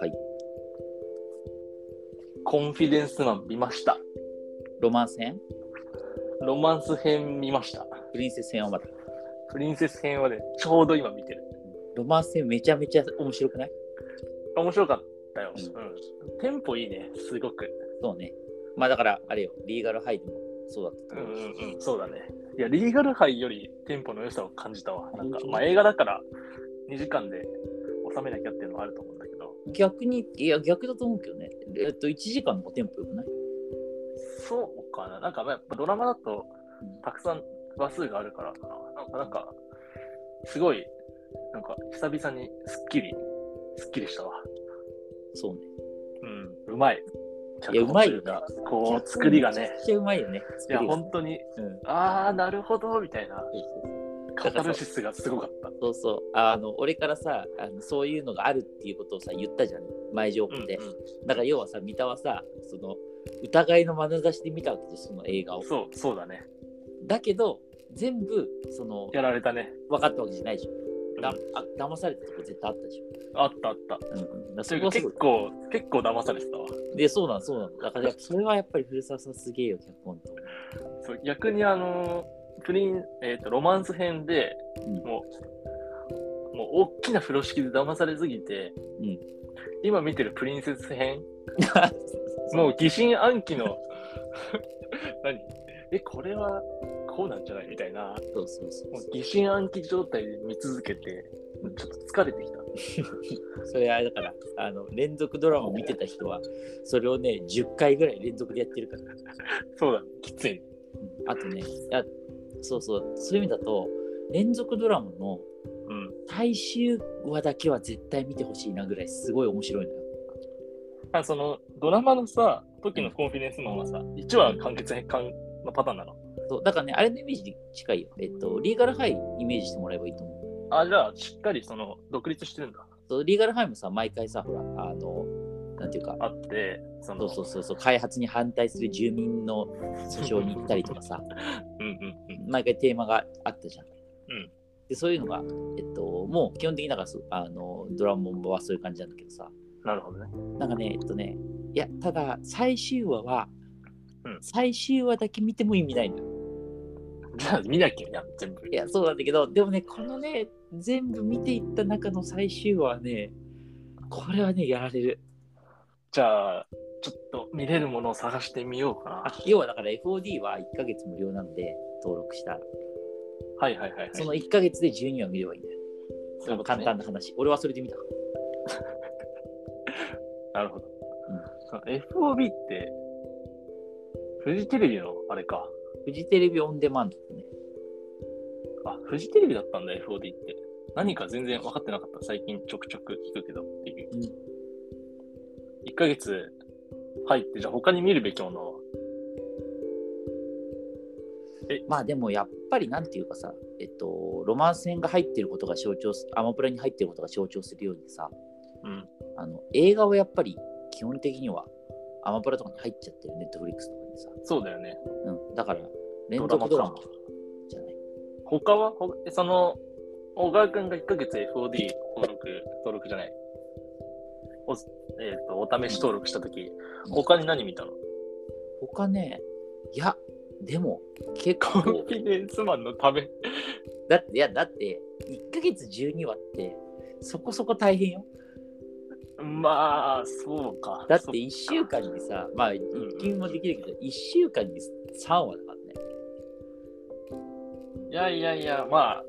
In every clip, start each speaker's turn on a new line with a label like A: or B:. A: はい。コンフィデンスマン見ました。
B: ロマンス編
A: ロマンス編見ました。
B: プリンセス編はまだ。
A: プリンセス編はね、ちょうど今見てる。
B: ロマンス編めちゃめちゃ面白くない
A: 面白かったよ。
B: うん
A: うん。テンポいいね、すごく。
B: そうね。まあだから、あれよ、リーガルハイでもそうだった
A: う
B: と
A: ん
B: 思う。
A: うんうん、そうだね。いや、リーガルハイよりテンポの良さを感じたわ。なんか、まあ映画だから2時間で収めなきゃっていうのはあると思うんだけど。
B: 逆に、いや、逆だと思うけどね。えっと、1時間のテンポよくない
A: そうかな。なんかまあやっぱドラマだと
B: うん
A: たくさん話数があるからかな。なんかなんか、すごい、なんか久々にすっきり、すっきりしたわ。
B: そうね。
A: うん、うまい。
B: いやうまいよね
A: 脚本とうかこう、作りが
B: めち
A: ね
B: ゃ。くちゃうまいよね。
A: いや、
B: 作りが
A: 本当に、
B: うん
A: あー、なるほど、みたいな、カタルシスがすごかった。
B: そうそう。あの、俺からさあの、そういうのがあるっていうことをさ、言ったじゃん。前情報
A: うん、
B: で。だから要はさ、三田はさ、その、疑いの眼差しで見たわけです、その映画
A: う
B: を
A: ん。そう、そうだね。
B: だけど、全部、その、
A: やられたね。
B: 分かったわけじゃないじゃん。だ
A: うん
B: あ騙されたとこ絶対あったでしょ。
A: あったあった。
B: うんうん、
A: と
B: そ
A: いう
B: こ
A: か
B: はすご
A: 結
B: い
A: 構、結構騙されてたわ。
B: で、そうなの、そうなの。だからやっぱそれはやっぱり古澤さんすげえよ、脚本と。
A: そう逆にあの、プリン、えっ、と、ロマンス編で、
B: うん
A: もう、もう大きな風呂敷で騙されすぎて、
B: うん
A: 今見てるプリンセス編、
B: も
A: もう疑心暗鬼の 何えこれはこうなんじゃないみたいな
B: そうそうそう
A: もう疑心暗鬼状態で見続けてちょっと疲れてきた
B: そう。それはだから、あの、連続ドラマを見てた人は、それをね、10回ぐらい連続でやってるから。
A: そうだねきつい
B: うんあとね、いやそうそう、そういう意味だと、連続ドラマの
A: うん
B: 最終話だけは絶対見てほしいなぐらい、すごい面白いのよ。
A: あそのドラマのさ時のコンフィデンスマンはさ1話完結編完のパターンなの
B: そうだからね、あれのイメージに近いよ。えっと、リーガルハイイメージしてもらえばいいと思う。
A: あじゃあしっかりその独立してるんだ
B: そうリーガルハイもさ、毎回さ、ほら、あの、なんていうか、
A: あってそ
B: そ
A: の
B: うそうそうそう、開発に反対する住民の訴訟に行ったりとかさ、
A: うんうんうん
B: 毎回テーマがあったじゃん。
A: ん
B: で、そういうのが、えっと、もう基本的になんかそうあのドラゴンボはそういう感じなんだけどさ、
A: なるほどね
B: なんかね、えっとね、いや、ただ、最終話は、
A: うん
B: 最終話だけ見ても意味ないのよ。
A: じゃあ見なきゃやん全部
B: いや、そうなんだけど、でもね、このね、全部見ていった中の最終話はね、これはね、やられる。
A: じゃあちょっと見れるものを探してみようかな
B: あ要はだから FOD は1ヶ月無料なんで登録したら
A: はいはいはい、はい、
B: その1ヶ月で12話見ればいいんだよ、
A: そういうこと
B: 簡
A: ね
B: 単な話俺はそれで見た
A: なるほど。その FOB って、フジテレビのあれか。
B: フジテレビオンデマンドってね
A: あ、フジテレビだったんだ、FOD って。何か全然分かってなかった。最近ちょくちょく聞くけどっていう。
B: うん
A: 1ヶ月入って、じゃあ他に見るべきものは
B: まあでもやっぱりなんていうかさえっとロマンス編が入ってることが象徴すアマプラに入ってることが象徴するようにさ
A: うん。
B: あの映画はやっぱり基本的にはアマプラとかに入っちゃってるネットフリックスとかにさ、
A: そうだよね。
B: うん、だから連続ドラマ
A: ドラマか
B: じゃない
A: 他はほえその、小川くんが1ヶ月 FOD 登録、登録じゃない。おえっ、と、お試し登録したとき、他に何見たの
B: 他ねいやでも結
A: コン
B: 構
A: フィデンスマンのため。
B: だって、いや、だって、1ヶ月12話って、そこそこ大変よ。
A: まあ、そうか。
B: だって1週間にさ、まあ、一
A: ん
B: 気見もできるけど、1週間に3話だからね。
A: いやいやいや、まあ、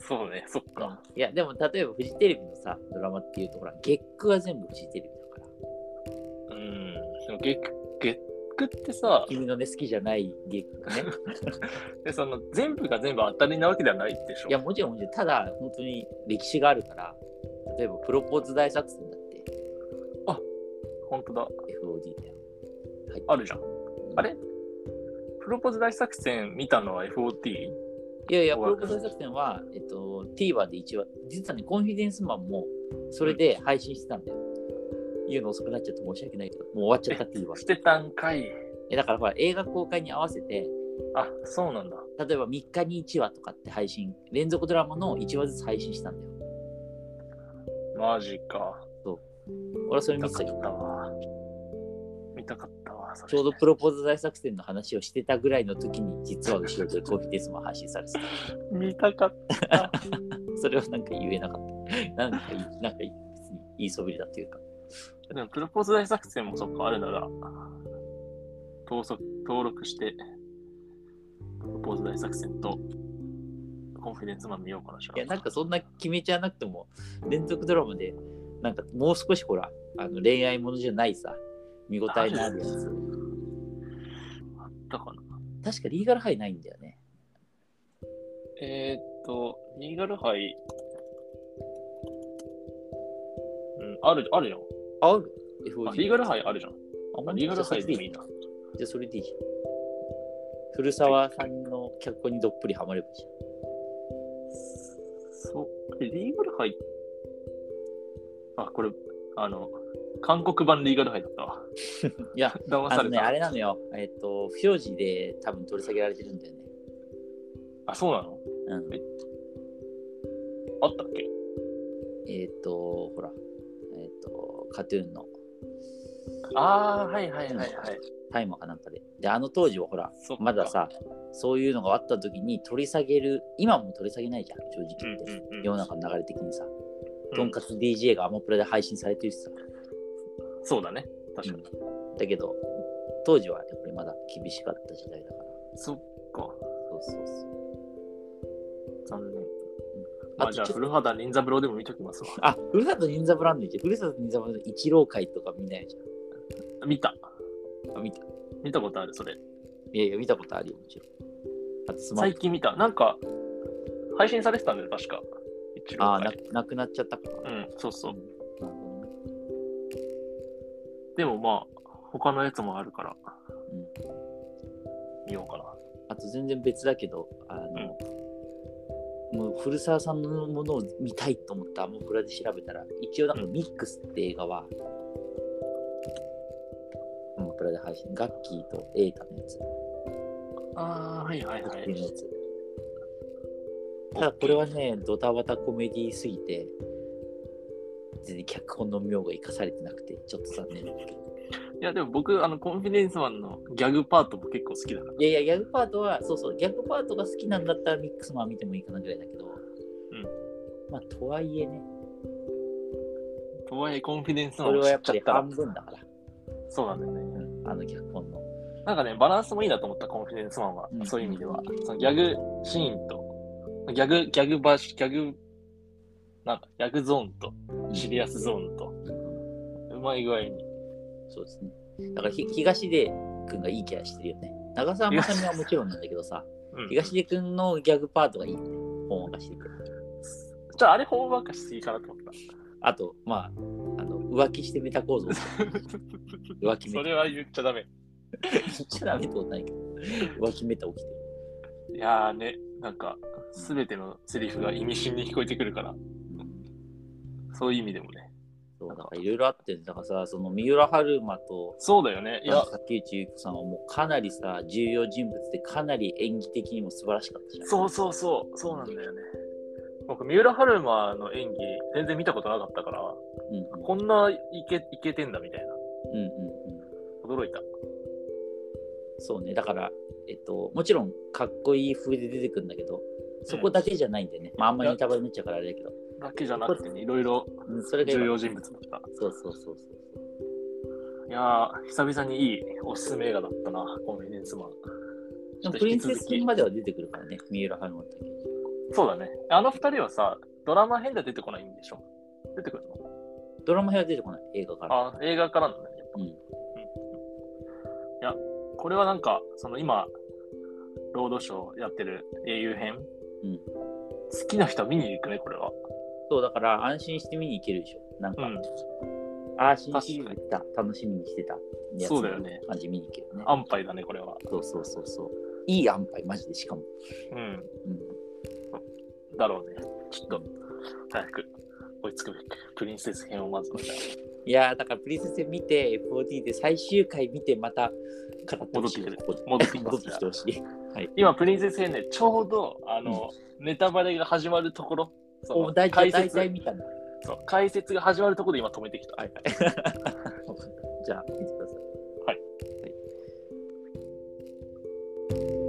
A: そうね、そっか。
B: いや、でも、例えばフジテレビのさ、ドラマっていうと、ほら、月9は全部フジテレビだから、
A: うん。でも月月9ってさ、
B: 君のね、好きじゃない月9ね。
A: でその全部が全部当たりなわけではないでしょ。
B: いや、もちろん、もちろん、ただ、本当に歴史があるから、例えば、プロポーズ大作戦だって、
A: 本当だ。
B: FOD だよ。
A: あるじゃん。あれプロポーズ大作戦見たのは FOT?
B: いやいや、プ
A: 終わ
B: ロ
A: る
B: ポーズ大作戦は、えっと、TVer で一話、実はね、コンフィデンスマンも、それで配信してたんだよ。言うの遅くなっちゃって申し訳ないけど、もう終わっちゃった TVer
A: し。てたんかい。
B: え、だからほら、映画公開に合わせて、
A: あ、そうなんだ。
B: 例えば3日に1話とかって配信、連続ドラマの1話ずつ配信したんだよ。
A: マジか。
B: 俺はそれ
A: 見
B: 見
A: た
B: て
A: か
B: た
A: っ
B: よ。
A: たわ。見たかったわ。それ
B: ちょうどプロポーズ大作戦の話をしてたぐらいの時に、実は後ろで コーヒーテスも配信されてた。
A: 見たかった。
B: それはなんか言えなかった。なんかいい、なんかいい別に言いそびれたというか。
A: でも、プロポーズ大作戦もそっか、あるなら、登録登録して、プロポーズ大作戦と、コンフィデンスマン見ようかな、じゃあ
B: いや、なんかそんな決めちゃなくても、連続ドラマで、なんかもう少しほら、あの恋愛ものじゃないさ、見応えのあるやつ。
A: あったかな。
B: 確かリーガルハイないんだよね。
A: えー、っと、リーガル杯、うん、ある、あるよ。
B: あ、
A: あリーガル
B: イ。
A: 杯あるじゃん。あ
B: あ
A: リーガル杯で
B: で
A: も
B: い
A: いい
B: い。じ
A: な。
B: ゃあそれでいいじゃん。古澤さんの脚本にどっぷりハマればいいじゃん。
A: そう、えリーガル杯あ、これ、あの、韓国版リーガル杯だったわ。
B: いや、
A: 騙
B: あ
A: さ
B: の
A: れ
B: ね、
A: た。
B: あ
A: あ
B: れなのよ。えっ、と、不祥事で多分取り下げられてるんだよね。
A: そうなの
B: うん。
A: あったっけ
B: えっ、と、ほら、えっ、と、カトゥーンの
A: ああ、はいはいはいはい。
B: 大麻かなんかで。で、あの当時はほら、
A: そっか
B: まだ、さ、そういうのがあった時に取り下げる、今も取り下げないじゃん、正直言って。
A: うんうんうん
B: 世の中の流れ的にさ、
A: うん
B: とんかつ DJ がアマプラで配信されてるしさ。
A: そうだね。確かに。
B: だけど、当時はやっぱりまだ厳しかった時代だから。
A: そっか。
B: そうそうそう。
A: 残念。
B: あ
A: あ、
B: と
A: じゃあ、
B: ちょっと
A: 古畑任三郎でも見ときますわ。
B: あ、ふるさと忍者ブランド行って、ふるさと忍者ブランドの一郎会とか見ないじ
A: 見た。
B: ゃん。あ、見た。
A: 見たことある、それ。
B: いやいや、見たことあるよ、もちろん。あとスマホ
A: 最。近見た。なんか、配信されてたんだよ、確か。一
B: あ
A: 郎
B: ーな
A: 会。、
B: なくなっちゃったから。
A: うん、そうそう。
B: なるほどね
A: でもまあ、他のやつもあるから、
B: うん
A: 見ようかな。
B: あと全然別だけど、あの、もう古澤さんのものを見たいと思ったアマプラで調べたら、一応なんかミックスって映画は、アマプラで配信、ガッキーとエータのやつ、
A: ああ、はいはいは
B: 特定の
A: い。
B: やつ。ただこれはね、ドタバタコメディすぎて、全然脚本の妙が生かされてなくて、ちょっと残念だけど。
A: いや、でも僕、あの、コンフィデンスマンのギャグパートも結構好きだから。
B: いやいや、ギャグパートは、そうそう、ギャグパートが好きなんだったらミックスマン見てもいいかなぐらいだけど、まあ、とはいえね、
A: とはいえ、コンフィデンスマ
B: そ
A: ン
B: れ
A: を
B: は
A: 知
B: やっ
A: っち
B: ぱ
A: ゃっ
B: り
A: たら
B: 半、分だから、
A: そうなんだよね。
B: うんあの脚本の。
A: なんかね、バランスもいいなと思った、コンフィデンスマンは。
B: うん
A: そういう意味では。そのギャグシーンと、ギャグ、ギャグバシ、ギャグ、なんか、ギャグゾーンと、シリアスゾーンと、うまい具合に。
B: そうですね。だからひ、東出君がいいキャラしてるよね。長澤まさみはもちろんなんだけどさ、
A: うん、
B: 東出君のギャグパートがいいよね。本を化してくる。
A: じゃあ、あれ、ホームワークしすぎかなと思った。
B: あと、まあ、あの浮気してメタ構造。浮気メ
A: そ
B: タ。
A: れは言っちゃダメ。
B: 言っちゃダメってことないけ ど、浮気メタ起きてる。
A: いやーね、なんか、すべてのセリフが意味深に聞こえてくるから、
B: うん
A: そういう意味でもね。
B: そうだからいろいろあって、だからさ、その三浦春馬と
A: そうだよね。いや、
B: 竹内結子さんはもうかなりさ、重要人物でかなり演技的にも素晴らしかったじゃん。
A: そうそうそう、そうなんだよね。僕、三浦春馬の演技、全然見たことなかったから、
B: うんうん
A: こんないけいけてんだみたいな。
B: うんうんうん。
A: 驚いた。
B: そうね、だから、えっと、もちろんかっこいい風で出てくるんだけど、そこだけじゃないんだよね。まああんまりネタバレになっちゃうからあれだけど、
A: だけじゃなくてね、いろいろ
B: うんそれが
A: 重要
B: 今
A: 人物だった。
B: そうそうそうそう。
A: いやー、久々にいいおすすめ映画だったな、コンフィデンスマン。
B: でも
A: ち
B: プ
A: ょっと
B: リ
A: 引
B: ン
A: き
B: セ
A: 続
B: ス
A: き
B: 君までは出てくるからね、三浦春馬と竹内。
A: そうだね。あの二人はさ、ドラマ編では出てこないんでしょ出てくるの
B: ドラマ編は出てこない、映画から。
A: あ、映画からなんだね。
B: うん
A: いや、これはなんか、その今、ロードショーやってる英雄編、
B: うん
A: 好きな人は見に行くね、これは。
B: そうだから安心して見に行けるでしょ。なんか、
A: うん
B: ああ、新シリーズ来た、楽しみにしてたってやつ
A: そうだよね。
B: 感じ見に行けるね。
A: 安牌だね、これは。
B: そうそうそうそう。いい安牌、マジで、しかも。
A: うん。
B: うん
A: だろうね。ちょっと、早く追いつくべく、プリンセス編 をまずは。
B: いやーだからプリンセス見て FOD で最終回見てまた語ってほしい
A: 戻って
B: こ
A: くる
B: こで
A: 戻ってきます
B: 戻ってきてほしいはい
A: 今、プリンセス編ね、ちょうど、あの、ネタバレが始まるところ、そ
B: お
A: の
B: 大体
A: 解
B: 大
A: 説
B: 体見たの。
A: そう解説が始まるところで今止めてきた。
B: はい。じゃあ、見てください。
A: はい。
B: はい